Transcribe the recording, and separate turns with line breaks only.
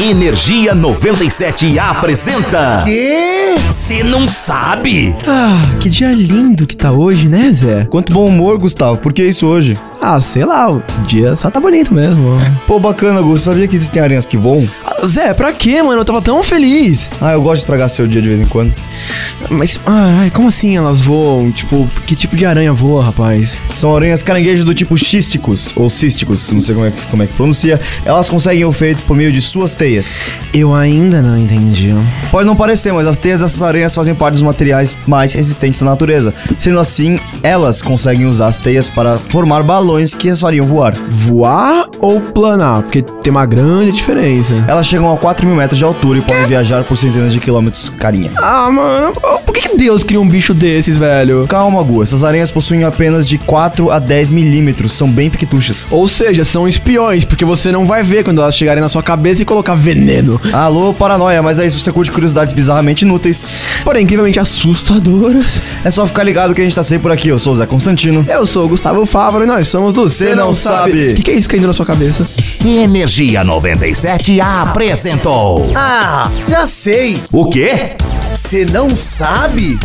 Energia 97 apresenta.
Quê?
Você não sabe?
Ah, que dia lindo que tá hoje, né, Zé?
Quanto bom humor, Gustavo. Por que isso hoje?
Ah, sei lá, o dia só tá bonito mesmo.
Pô, bacana, Gus. Sabia que existem aranhas que voam?
Ah, Zé, pra quê, mano? Eu tava tão feliz.
Ah, eu gosto de estragar seu dia de vez em quando.
Mas, ai, como assim elas voam? Tipo, que tipo de aranha voa, rapaz?
São aranhas caranguejos do tipo xísticos, ou císticos, não sei como é, que- como é que pronuncia. Elas conseguem o feito por meio de suas teias.
Eu ainda não entendi.
Pode não parecer, mas as teias dessas aranhas fazem parte dos materiais mais resistentes da natureza. Sendo assim, elas conseguem usar as teias para formar balões que as fariam voar.
Voar ou planar? Porque tem uma grande diferença.
Elas chegam a 4 mil metros de altura e podem viajar por centenas de quilômetros carinha.
Ah, mano, oh, por que que Deus cria um bicho desses, velho?
Calma, Gu, essas aranhas possuem apenas de 4 a 10 milímetros, são bem piquetuchas.
Ou seja, são espiões, porque você não vai ver quando elas chegarem na sua cabeça e colocar veneno.
Alô, paranoia, mas é isso, você curte curiosidades bizarramente inúteis.
Porém, incrivelmente assustadoras.
É só ficar ligado que a gente tá sempre por aqui, eu sou o Zé Constantino.
Eu sou o Gustavo Fávaro e nós somos do Cê
Não Sabe.
O que, que é isso caindo na sua cabeça?
Energia 97 apresentou.
Ah, já sei.
O quê?
Você não sabe?